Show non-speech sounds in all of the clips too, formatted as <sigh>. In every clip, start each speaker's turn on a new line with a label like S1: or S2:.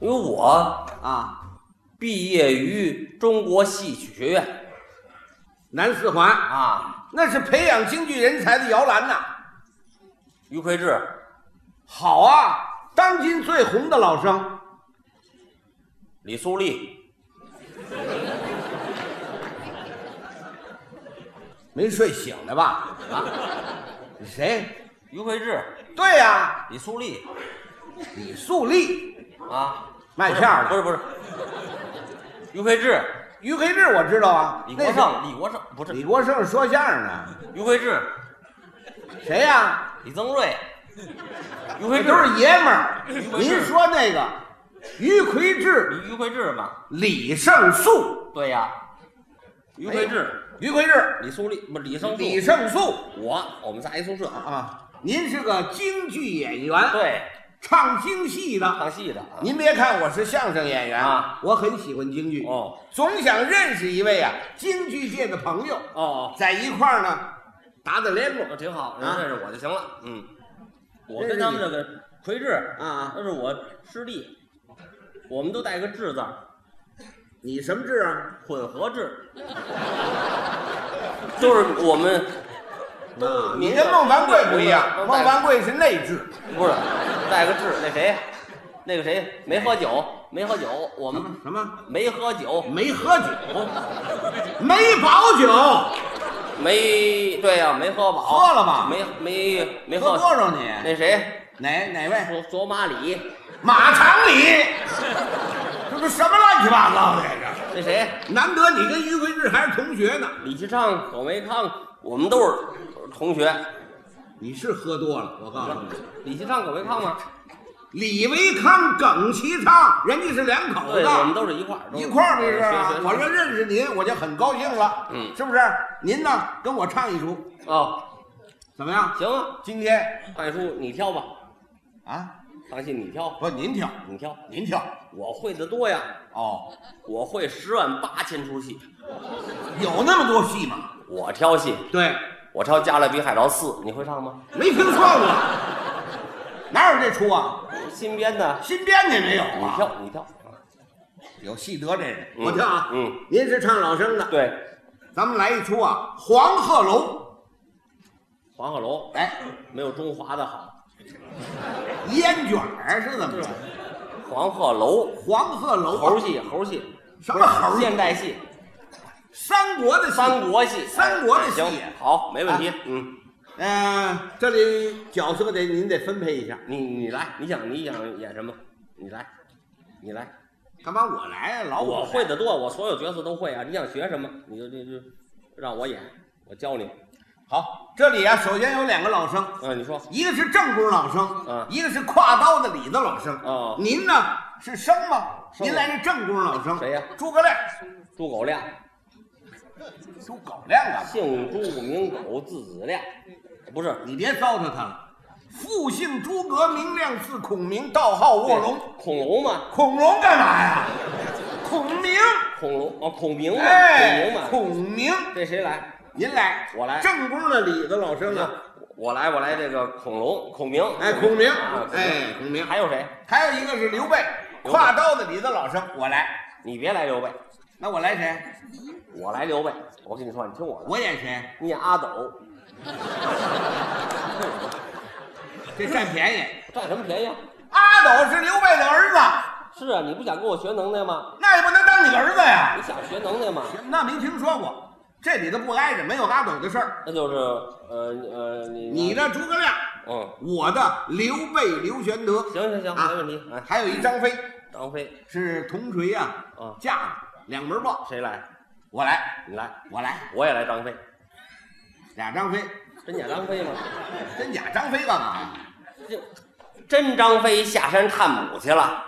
S1: 因为我
S2: 啊，
S1: 毕业于中国戏曲学院
S2: 南四环
S1: 啊，
S2: 那是培养京剧人才的摇篮呐。
S1: 于魁智
S2: 好啊，当今最红的老生，
S1: 李苏丽，
S2: 没睡醒的吧？啊，你谁？
S1: 于魁智，
S2: 对呀、
S1: 李苏丽
S2: 李素丽、
S1: 啊，
S2: 卖票的
S1: 不是不是，于魁智，
S2: 于魁智，我知道啊。
S1: 李国
S2: 那
S1: 盛，李国盛不
S2: 是
S1: 是
S2: 李国盛说相声呢，
S1: 于魁智，
S2: 谁呀、
S1: 李增
S2: <laughs>
S1: 瑞，于
S2: 这
S1: 魁智
S2: 都是爷们儿。
S1: 魁智
S2: 您说那个于魁智、
S1: 于魁智嘛，
S2: 李胜素、
S1: 对呀，于魁智，
S2: 于魁智、
S1: 李苏丽不是李生
S2: 李
S1: 树，
S2: 胜素
S1: 我我们仨一宿舍，
S2: 啊，您是个京剧演员，
S1: 对，
S2: 唱京戏的。
S1: 唱戏的啊，
S2: 您别看我是相声演员
S1: 啊，
S2: 我很喜欢京剧
S1: 哦，
S2: 总想认识一位啊京剧界的朋友，
S1: 哦，
S2: 在一块儿呢打打联络
S1: 那挺好，
S2: 啊
S1: 能认识我就行了。嗯，我
S2: 认识
S1: 跟
S2: 你
S1: 他们这个奎志，
S2: 啊。
S1: 那是我师弟，我们都带个“志”字儿，
S2: 你什么志啊？
S1: 混合
S2: <laughs>
S1: 制，就是我们
S2: 啊
S1: 都
S2: 你跟孟凡贵不一样，
S1: 孟
S2: 孟
S1: 凡
S2: 凡贵是内志，
S1: 不是带个“志”，那谁，那个谁没喝酒，没喝酒，我们
S2: 什么
S1: 没喝酒，
S2: 啊没喝酒，没保酒，
S1: 没对呀、没喝饱，
S2: 喝了吧
S1: 没没没
S2: 喝
S1: 喝，
S2: 多少你？
S1: 那谁
S2: 哪哪位？
S1: 卓卓马里，
S2: 马长礼， <laughs> 这都什么乱七八糟的呀？
S1: 那谁
S2: 这难得你跟于魁智还是同学呢，
S1: 李其昌、葛维康，我们都是同学。
S2: 你是喝多了，我告诉你。
S1: 李其昌、葛维康吗？
S2: 李维康、耿其昌，人家是两口子，
S1: 对，我们都是一块儿，都
S2: 一块儿这是
S1: 学
S2: 啊
S1: 学。
S2: 我说认识您，我就很高兴了，
S1: 嗯
S2: 是不是？您呢，跟我唱一出，
S1: 哦，
S2: 怎么样？
S1: 行啊，
S2: 今天
S1: 大叔你挑吧，
S2: 啊，
S1: 大戏你挑，
S2: 不，您挑，
S1: 你挑，
S2: 您挑。
S1: 我会的多呀，
S2: 哦，
S1: 我会十万八千出戏，
S2: 有那么多戏吗？
S1: 我挑戏，
S2: 对，
S1: 我挑《加勒比海盗四》，你会唱吗？
S2: 没听说过，哪有这出啊？
S1: 新编的，
S2: 新编的也没有
S1: 你
S2: 啊？
S1: 挑，你挑，
S2: 有戏德这人，
S1: 嗯
S2: 我挑啊。
S1: 嗯，
S2: 您是唱老生的，
S1: 对，
S2: 咱们来一出啊，《黄鹤楼
S1: 黄鹤楼》。
S2: 哎，
S1: 没有中华的好，
S2: 烟卷儿是怎么着？
S1: 黄鹤楼
S2: 黄鹤楼啊
S1: 猴戏猴戏，
S2: 什么猴儿
S1: 现代戏，
S2: 三国的戏
S1: 三国戏，
S2: 三国的
S1: 哎
S2: 戏
S1: 行，好，没问题
S2: 啊，
S1: 嗯，
S2: 呃，这里角色得您得分配一下，
S1: 你你来，你想你想演什么？你来，你来。
S2: 干嘛我来啊？老
S1: 我
S2: 来
S1: 会的多，我所有角色都会啊。你想学什么，你就就就让我演，我教你。
S2: 好。这里啊，首先有两个老生，
S1: 嗯，你说
S2: 一个是正宗老生，
S1: 嗯
S2: 一个是挎刀的李子老生。
S1: 哦
S2: 您呢是生吗？
S1: 生
S2: 您来是正宗老生，
S1: 谁呀
S2: 诸葛亮，
S1: 诸葛亮，
S2: 诸葛亮啊干嘛？
S1: 姓朱名狗，字子亮，不是
S2: 你别糟蹋他了。复姓诸葛，名亮，字孔明，道号卧龙。
S1: 恐龙嘛，
S2: 孔融干嘛呀？孔明，
S1: 恐龙哦，孔明嘛，
S2: 哎
S1: 孔明，嘛。
S2: 孔明，
S1: 这谁来？
S2: 您来，
S1: 我来
S2: 正宗的李子老生啊。
S1: 我来，我来这个孔龙，孔明，
S2: 哎，孔明
S1: 啊，孔明
S2: 哎，孔明，
S1: 还有谁？
S2: 还有一个是刘备，
S1: 刘备
S2: 挎刀的李子老生，我来，
S1: 你别来刘备，
S2: 那我来谁？
S1: 我来刘备。我跟你说，你听我的，
S2: 我演谁？
S1: 你演阿斗
S2: 这占便宜。
S1: 占什么便宜啊？
S2: 阿斗是刘备的儿子，
S1: 是啊，你不想跟我学能耐吗？
S2: 那也不能当你儿子呀
S1: 你。想学能耐吗？
S2: 那没听说过，这里头不挨着，没有阿斗的事儿。
S1: 那就是呃你呃你
S2: 你的诸葛亮，
S1: 嗯，
S2: 我的刘备刘玄德，
S1: 行行行，
S2: 啊
S1: 没问题。哎，
S2: 还有一张飞
S1: 张飞，
S2: 是铜锤呀、
S1: 嗯
S2: 架子两门豹，
S1: 谁来？
S2: 我来，
S1: 你来，
S2: 我来，
S1: 我也来张飞。
S2: 俩张飞，
S1: 真假张飞吗？
S2: 真假张飞干嘛呀？
S1: 这真张飞下山探母去了，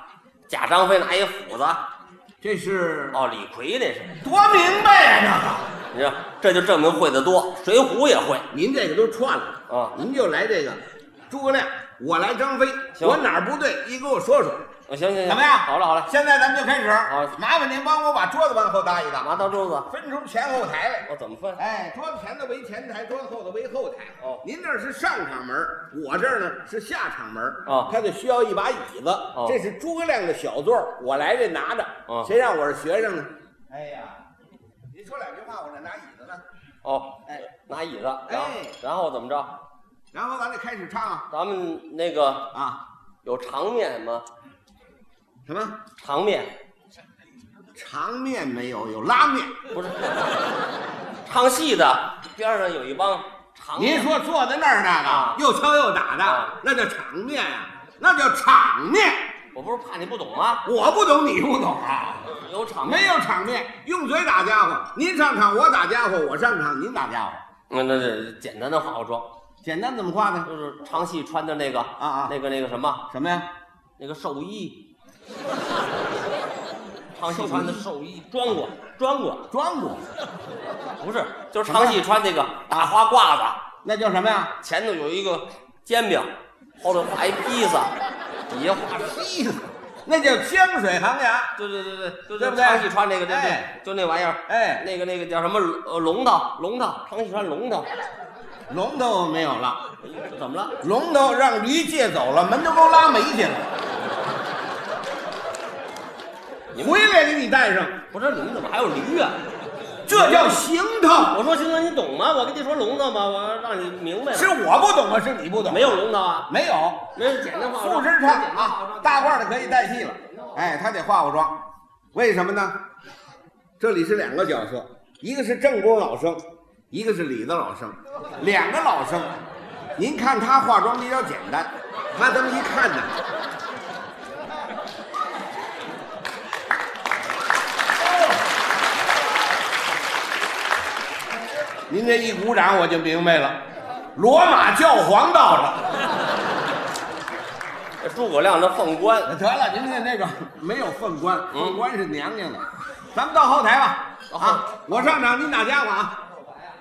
S1: 假张飞拿一斧子。
S2: 这是
S1: 哦，李逵那是，
S2: 多明白呀、这个。
S1: 你看，这就证明会的多，《水浒》也会。
S2: 您这个都串了
S1: 啊
S2: 您就来这个诸葛亮，我来张飞，
S1: 行
S2: 我哪儿不对，一给我说说。
S1: 行哦行行，
S2: 怎么样？
S1: 好了好了，
S2: 现在咱们就开始。
S1: 好
S2: 麻烦您帮我把桌子往后搭一搭，
S1: 拿到桌子，
S2: 分出前后台来。
S1: 我怎么分？
S2: 哎，桌子前头为前台，桌子后头为后台。
S1: 哦
S2: 您那是上场门儿，我这儿呢是下场门儿。
S1: 哦
S2: 他就需要一把椅子。这是诸葛亮的小座儿，我来这拿着。
S1: 哦
S2: 谁让我是学生呢？哎呀，您说两句话，我这拿椅子呢。
S1: 哦，
S2: 哎，
S1: 拿椅子，然后
S2: 哎
S1: 然后怎么着？
S2: 然后咱就开始唱啊
S1: 咱们那个
S2: 啊，
S1: 有长面吗？
S2: 什么
S1: 长面
S2: 长面没有，有拉面。
S1: 不是，唱戏的边上有一帮长面。
S2: 您说坐在那儿那
S1: 啊
S2: 个又敲又打
S1: 啊
S2: 的，那叫场面呀，那叫场面。
S1: 我不是怕你不懂吗？
S2: 我不懂，你不懂啊。
S1: 有场面
S2: 没有场面，用嘴打家伙，您上场我打家伙，我上场您打家伙，
S1: 嗯，那这简单的化个妆，
S2: 简单怎么画呢？
S1: 就是唱戏穿的那个啊
S2: 啊
S1: 那个那个什么，
S2: 什么呀？
S1: 那个寿衣，唱戏穿的寿衣，装过装过，
S2: 装过，
S1: 不是，就是唱戏穿那个大花褂子，
S2: 那叫什么呀？
S1: 前头有一个煎饼，后头画一披萨，底下画
S2: 披萨，那叫江水航牙。
S1: 对对对对，就
S2: 对不
S1: 是
S2: 对
S1: 唱戏穿那个，对
S2: 哎
S1: 对，就那玩意儿，
S2: 哎
S1: 那个那个叫什么呃龙套龙套，唱戏穿龙套，
S2: 龙头没有了，
S1: 怎么了？
S2: 龙头让驴借走了，门头沟拉煤去了。回来给你带上，
S1: 不是你们怎么还有驴啊？
S2: 这叫行头。
S1: 我说行了，你懂吗？我跟你说龙套吗？我让你明白了。
S2: 是我不懂啊，是你不懂。
S1: 没有龙套啊，
S2: 没有，
S1: 没有简单化
S2: 素质差啊，大褂的可以代替了。哎，他得化化妆，为什么呢？这里是两个角色，一个是正宫老生，一个是里子老生，两个老生。您看他化妆比较简单，他这么一看呢，您这一鼓掌我就明白了，罗马教皇到了。
S1: 诸葛亮的凤冠，
S2: 啊得了，您看那个没有凤冠，凤冠是娘娘的。咱们到后台吧，啊，我上场，您打家伙啊！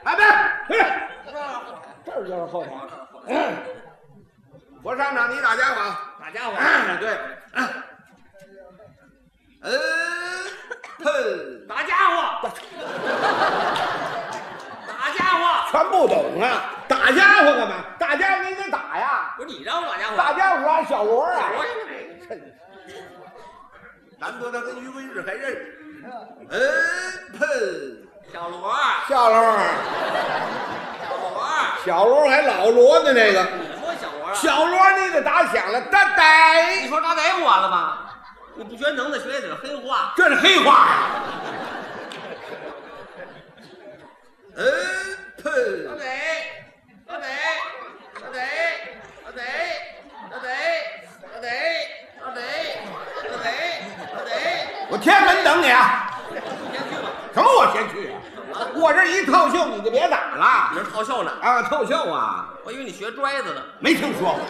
S2: 哎，别，回来，这儿就是后台。我上场，你打家伙啊，打家伙。对，呃，哼，
S1: 打家伙，打家伙，
S2: 全不懂啊！打家伙干嘛？打家伙你得打呀！
S1: 不是你让我打家伙，
S2: 打家伙啊，小罗啊！
S1: 我
S2: 难得他跟于桂日还认识。嗯，喷。
S1: 小罗，
S2: 小龙，
S1: 小罗，
S2: 小龙还老罗的那个，
S1: 你说小罗，
S2: <laughs>
S1: 啊
S2: 小罗你得打响了，哒呆
S1: 你，说他逮我了吧？你不学能耐，学点黑话，
S2: 这是黑话呀。嗯，
S3: 老
S2: 喷，
S3: 贼，老贼，老贼，老贼，老贼，老贼，老贼，老贼，老贼。
S2: 我天安门等你啊！什么我先去啊？我这一套袖你就别打
S1: 你
S2: 了
S1: 是套袖呢？
S2: 啊！套袖啊，
S1: 我以为你学拽子呢。
S2: 没听说过，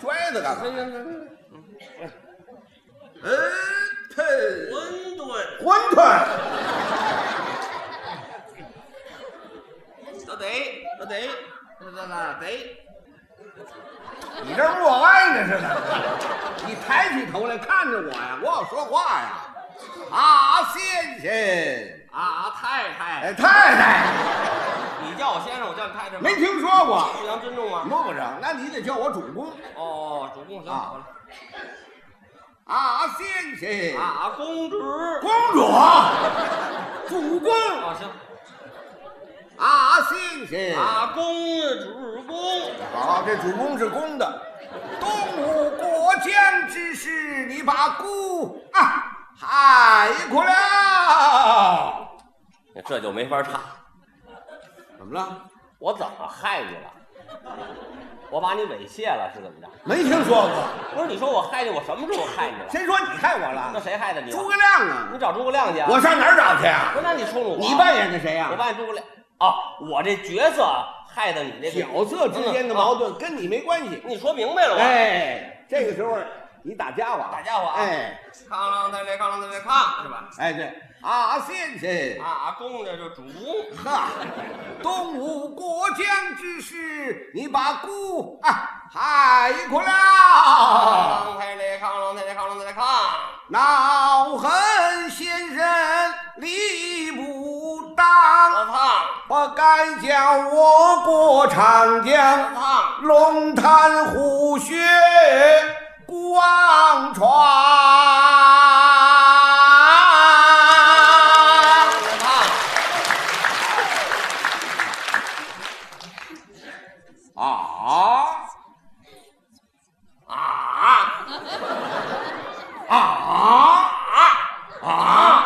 S2: 拽子干嘛？嗯，喷。
S1: 混沌，
S2: 馄饨，
S1: 老贼，老贼，老贼，
S2: 你这不我歪着似的，你抬起头来看着我呀，我要说话呀。啊，先生，
S1: 啊太太，
S2: 哎，太太，
S1: 你叫我先生，我叫你太太吗，
S2: 没听说过，
S1: 互相尊重啊。
S2: 弄不成，那你得叫我主公。
S1: 哦，主公行，
S2: 啊
S1: 好了。
S2: 啊，先生，
S1: 啊，公主。
S2: 公主，啊主公，
S1: 啊，行。
S2: 啊，先生，
S1: 啊，公主公。
S2: 好，这主公是公的。东吴国将之事，你把孤啊害苦了。
S1: 这就没法唱。
S2: 怎么了？
S1: 我怎么害你了？我把你猥亵了是怎么着？
S2: 没听说过，
S1: 不是你说我害你，我什么时候害你了？
S2: 谁说你害我
S1: 那
S2: 了？
S1: 谁害的你了？
S2: 诸葛亮啊！
S1: 你找诸葛亮去啊！
S2: 我上哪儿找去啊？
S1: 不是，那你冲着我。
S2: 你扮演的谁啊呀、
S1: 我扮演诸葛亮。哦，我这角色害的你这个
S2: 角色之间的矛盾跟你没关系。
S1: 嗯你说明白了吗？
S2: 哎，这个时候你打家伙啊，
S1: 打家伙啊
S2: 哎
S3: 康啷在这，康啷在这，康是吧？
S2: 哎，对，阿先生，
S1: 啊，公呢就主公，
S2: 哈，东吴过江之事，你把孤啊害苦了，
S1: 康太来康，龙太太康，龙太太康。
S2: 老恨先生理不
S1: 老
S2: 当，
S1: 胖，
S2: 不该叫我过长
S1: 老
S2: 江。
S1: 胖，
S2: 龙潭虎穴光传。
S1: 老胖，
S2: 啊啊啊啊啊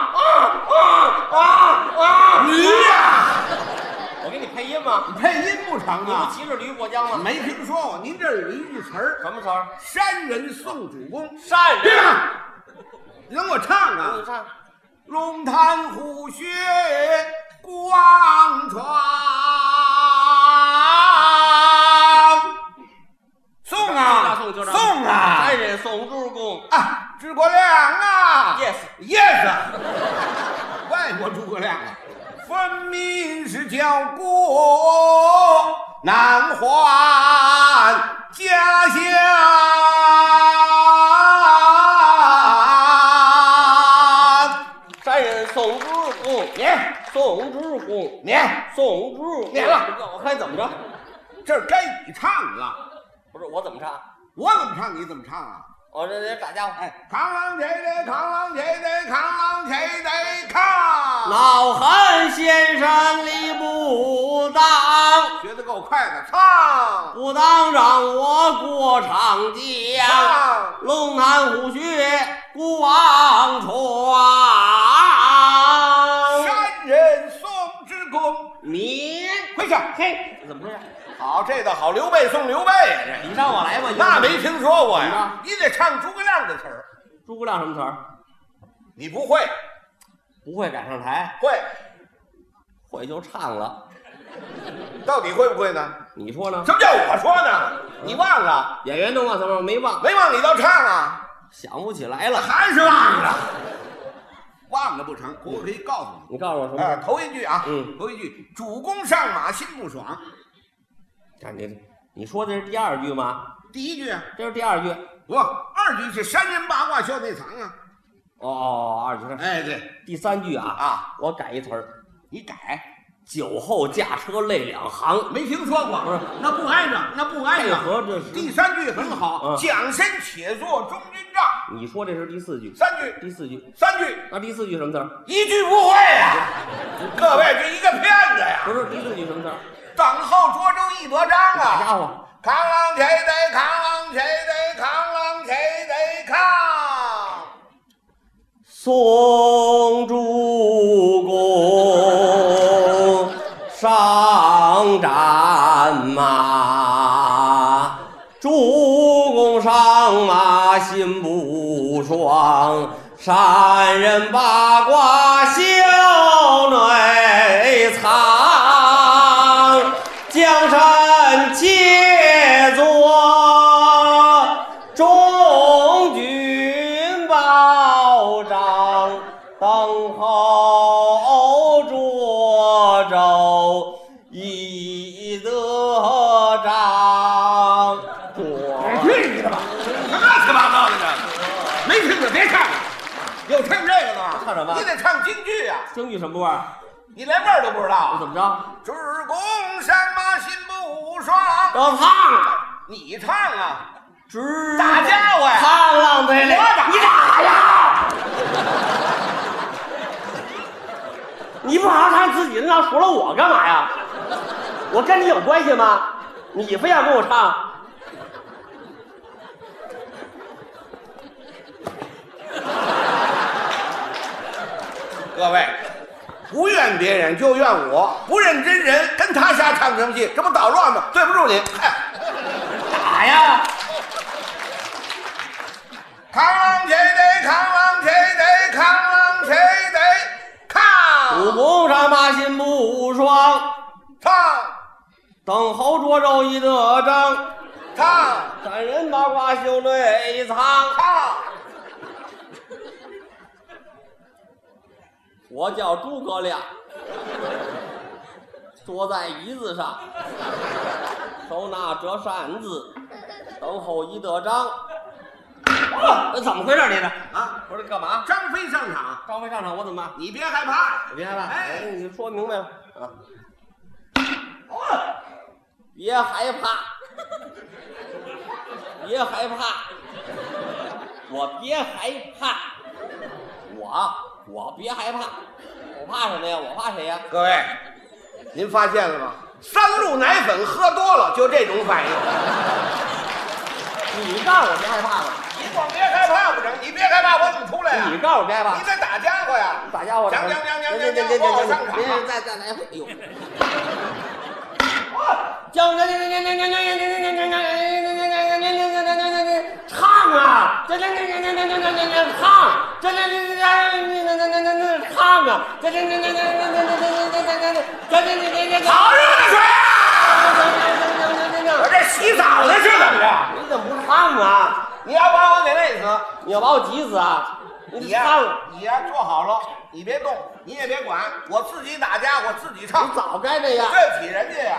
S2: 啊！你呀，
S1: 我给你配音吗？
S2: 配音不成
S1: 你不
S2: 啊？
S1: 骑着驴过江吗？
S2: 没听说过，您这儿有一句词儿
S1: 什么词儿？
S2: “山人送主公
S1: 善”，
S2: 你让我唱啊
S1: 你！唱。
S2: 龙潭虎穴光传，送啊
S1: 就这样
S2: 送啊
S1: 山人送主公。
S2: 啊！诸葛亮啊
S1: Yes
S2: yes，外国诸葛亮啊，分明是叫国难还家乡。
S1: 山人送主公，
S2: 你
S1: 送主公，
S2: 你，
S1: 送主公。
S2: 免了
S1: 我看怎么着？
S2: 这儿该你唱了，
S1: 不是我怎么唱？
S2: 我怎么唱你怎么唱啊？
S1: 我这得打家伙。
S2: 哎，扛啷起得，扛啷起得，扛啷起得，扛。
S1: 老汉先生理不当，
S2: 学的够快的，唱
S1: 不当让我过长江。
S2: 唱。
S1: 龙潭虎穴孤王船，
S2: 山人送之公，
S1: 你
S2: 快唱嘿！
S1: 怎么回事？
S2: 好，这倒好，刘备送刘备呀，
S1: 你让我来吧。
S2: 这那没听说过呀
S1: 啊。
S2: 你得唱诸葛亮的词儿，
S1: 诸葛亮什么词儿？
S2: 你不会，
S1: 不会赶上台，
S2: 会
S1: 会就唱了。
S2: 到底会不会呢？
S1: 你说呢啊
S2: 什？么叫我说呢？你忘了？
S1: 演员都忘什么？没忘，
S2: 没忘你倒唱啊？
S1: 想不起来了。
S2: 还是忘了？忘了不成，我可以告诉你。
S1: 你告诉我什
S2: 啊，
S1: 么？
S2: 头一句啊，
S1: 嗯
S2: 头一句，主公上马心不爽。
S1: 看啊你，你说这是第二句吗？
S2: 第一句啊，
S1: 这是第二句。
S2: 不，二句是山人八卦笑内藏啊。
S1: 哦，二句是
S2: 哎，对，
S1: 第三句啊
S2: 啊！
S1: 我改一词儿，
S2: 你改，
S1: 酒后驾车泪两行。
S2: 没听说过，
S1: 不是
S2: 那不挨着，那不挨
S1: 配
S2: 着。
S1: 合这是，
S2: 第三句很好，
S1: 嗯
S2: 蒋身且做中军帐。
S1: 你说这是第四句，
S2: 三句，
S1: 第四句，
S2: 三句，
S1: 那第四句什么词儿？
S2: 一句不会呀、
S1: 嗯
S2: 各位，这一个骗子呀！
S1: 不是第四句什么词儿？
S2: 等候涿州一得章
S1: 好
S2: 啊！
S1: 家伙，
S2: 扛啷谁得，扛啷谁得，扛啷谁得扛。
S1: 送主公上战马，主公上马心不爽，山人八卦笑内藏，江山且作中军报帐，等候涿州一得章。
S2: 我去你的吧！乱七八糟的这，没听着别唱了。有唱这个的吗？
S1: 唱什么
S2: 你得唱京剧啊！
S1: 京剧什么味儿？
S2: 你连味儿都不知道
S1: 我
S2: 啊
S1: 怎？么着？
S2: 主公上马心不爽，
S1: 老胖，
S2: 你唱啊！
S1: 直
S2: 打家伙呀
S1: 胖浪贼嘞！
S2: 我打
S1: 你打呀！你不好好唱自己的，那除了我干嘛呀？我跟你有关系吗？你非要跟我唱？
S2: 各位，不怨别人就怨我，不认真人跟他瞎唱什么戏？这不捣乱吗？对不住您。嗨，
S1: 打呀！
S2: 扛啷谁得，扛啷谁得，扛啷谁得，
S1: 主
S2: 扛
S1: 公上马心不爽，
S2: 唱
S1: 等候涿州一得章。
S2: 唱
S1: 三人八卦秀内藏。
S2: 唱。
S4: 我叫诸葛亮，坐在椅子上，手拿折扇子，等候一得章。
S1: 啊怎么回事？你这
S2: 啊！
S4: 不是干嘛？
S2: 张飞上场，
S4: 张飞上场，我怎么办？
S2: 你别害怕呀，
S4: 别害怕，
S2: 哎
S4: 哎，你说明白了啊！别害怕， <laughs> 别害怕，我别害怕，我我别害怕，我怕什么呀？我怕谁呀？
S2: 各位，您发现了吗？三鹿奶粉喝多了就这种反应，
S4: 你告诉我别害怕吧，
S2: 你光别害怕不成？你别害怕，我怎么出来哎呀、
S4: 你告诉我别害怕
S2: 你，得打家伙呀！
S4: 大家伙
S2: 讲讲讲讲讲讲，我上场
S4: 别
S2: 了。
S4: 再再来一回，哎呦！将将将将将将将将将将将将
S1: 唱啊！这这这这这这这这这唱！这这这这这这这这这这唱啊！这这这这这这这这这这这这这这这这
S2: 好热水啊！
S1: 这
S2: 我这洗澡呢是怎么着？
S1: 你怎么不唱啊？
S2: 你要把我给累死！
S1: 你要把我急死啊！
S2: 你
S1: 你
S2: 呀、
S1: 唱了，
S2: 你呀、坐好了，你别动，你也别管，我自己打架，我自己唱
S4: 你，早该这样。
S2: 对不起人家呀。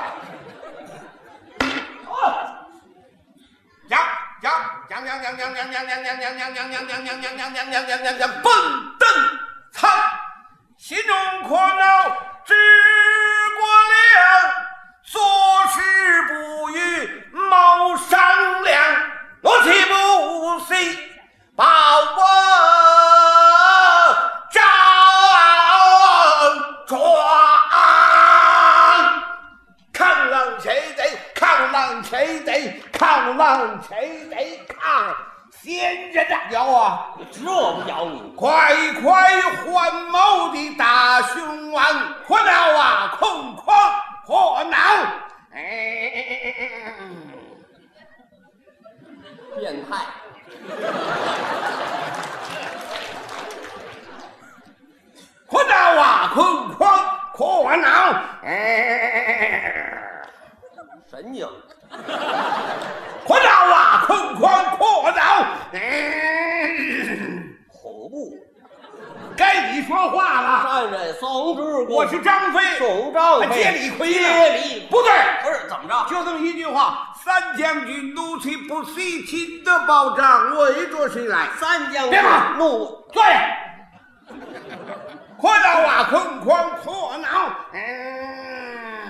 S2: 讲讲讲讲讲讲讲讲讲讲讲讲讲讲讲讲讲讲讲讲讲讲蹦蹬仓，心中狂傲治国良，做事不与谋商量，我岂不是把我招抓？抗浪谁贼，抗浪谁贼，抗浪谁贼，抗仙人呐！咬我！
S1: 你指我不咬你。
S2: 快快换谋的大雄王，火闹啊，空空火闹！哎，
S4: 变态。
S2: 火闹啊，空空火闹！哎，
S4: 神经，
S2: 火闹啊，空空火闹！哎，
S4: 恐怖，
S2: 该你说话了，
S4: 战人宋之国，
S2: 我是张飞。
S4: 宋张
S2: 还
S4: 飞，
S2: 接李逵呢
S4: 接李
S2: 不对，
S4: 不是怎么着？
S2: 就这么一句话：三将军怒气不息，秦的保障围着谁来？
S4: 三江
S2: 别跑
S4: 怒，
S2: 坐下。扩大瓦空狂扩挠，嗯，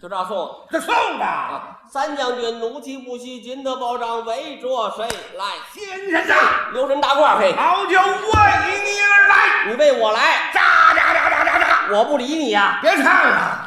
S4: 就这样送。
S2: 这送吧，
S4: 啊！三将军怒气不息，金得包章围着谁来？
S2: 先生啊，
S4: 留神大褂嘿，
S2: 老酒为你而来，
S4: 你为我来，
S2: 喳喳喳喳喳喳，
S4: 我不理你呀、
S2: 别唱了。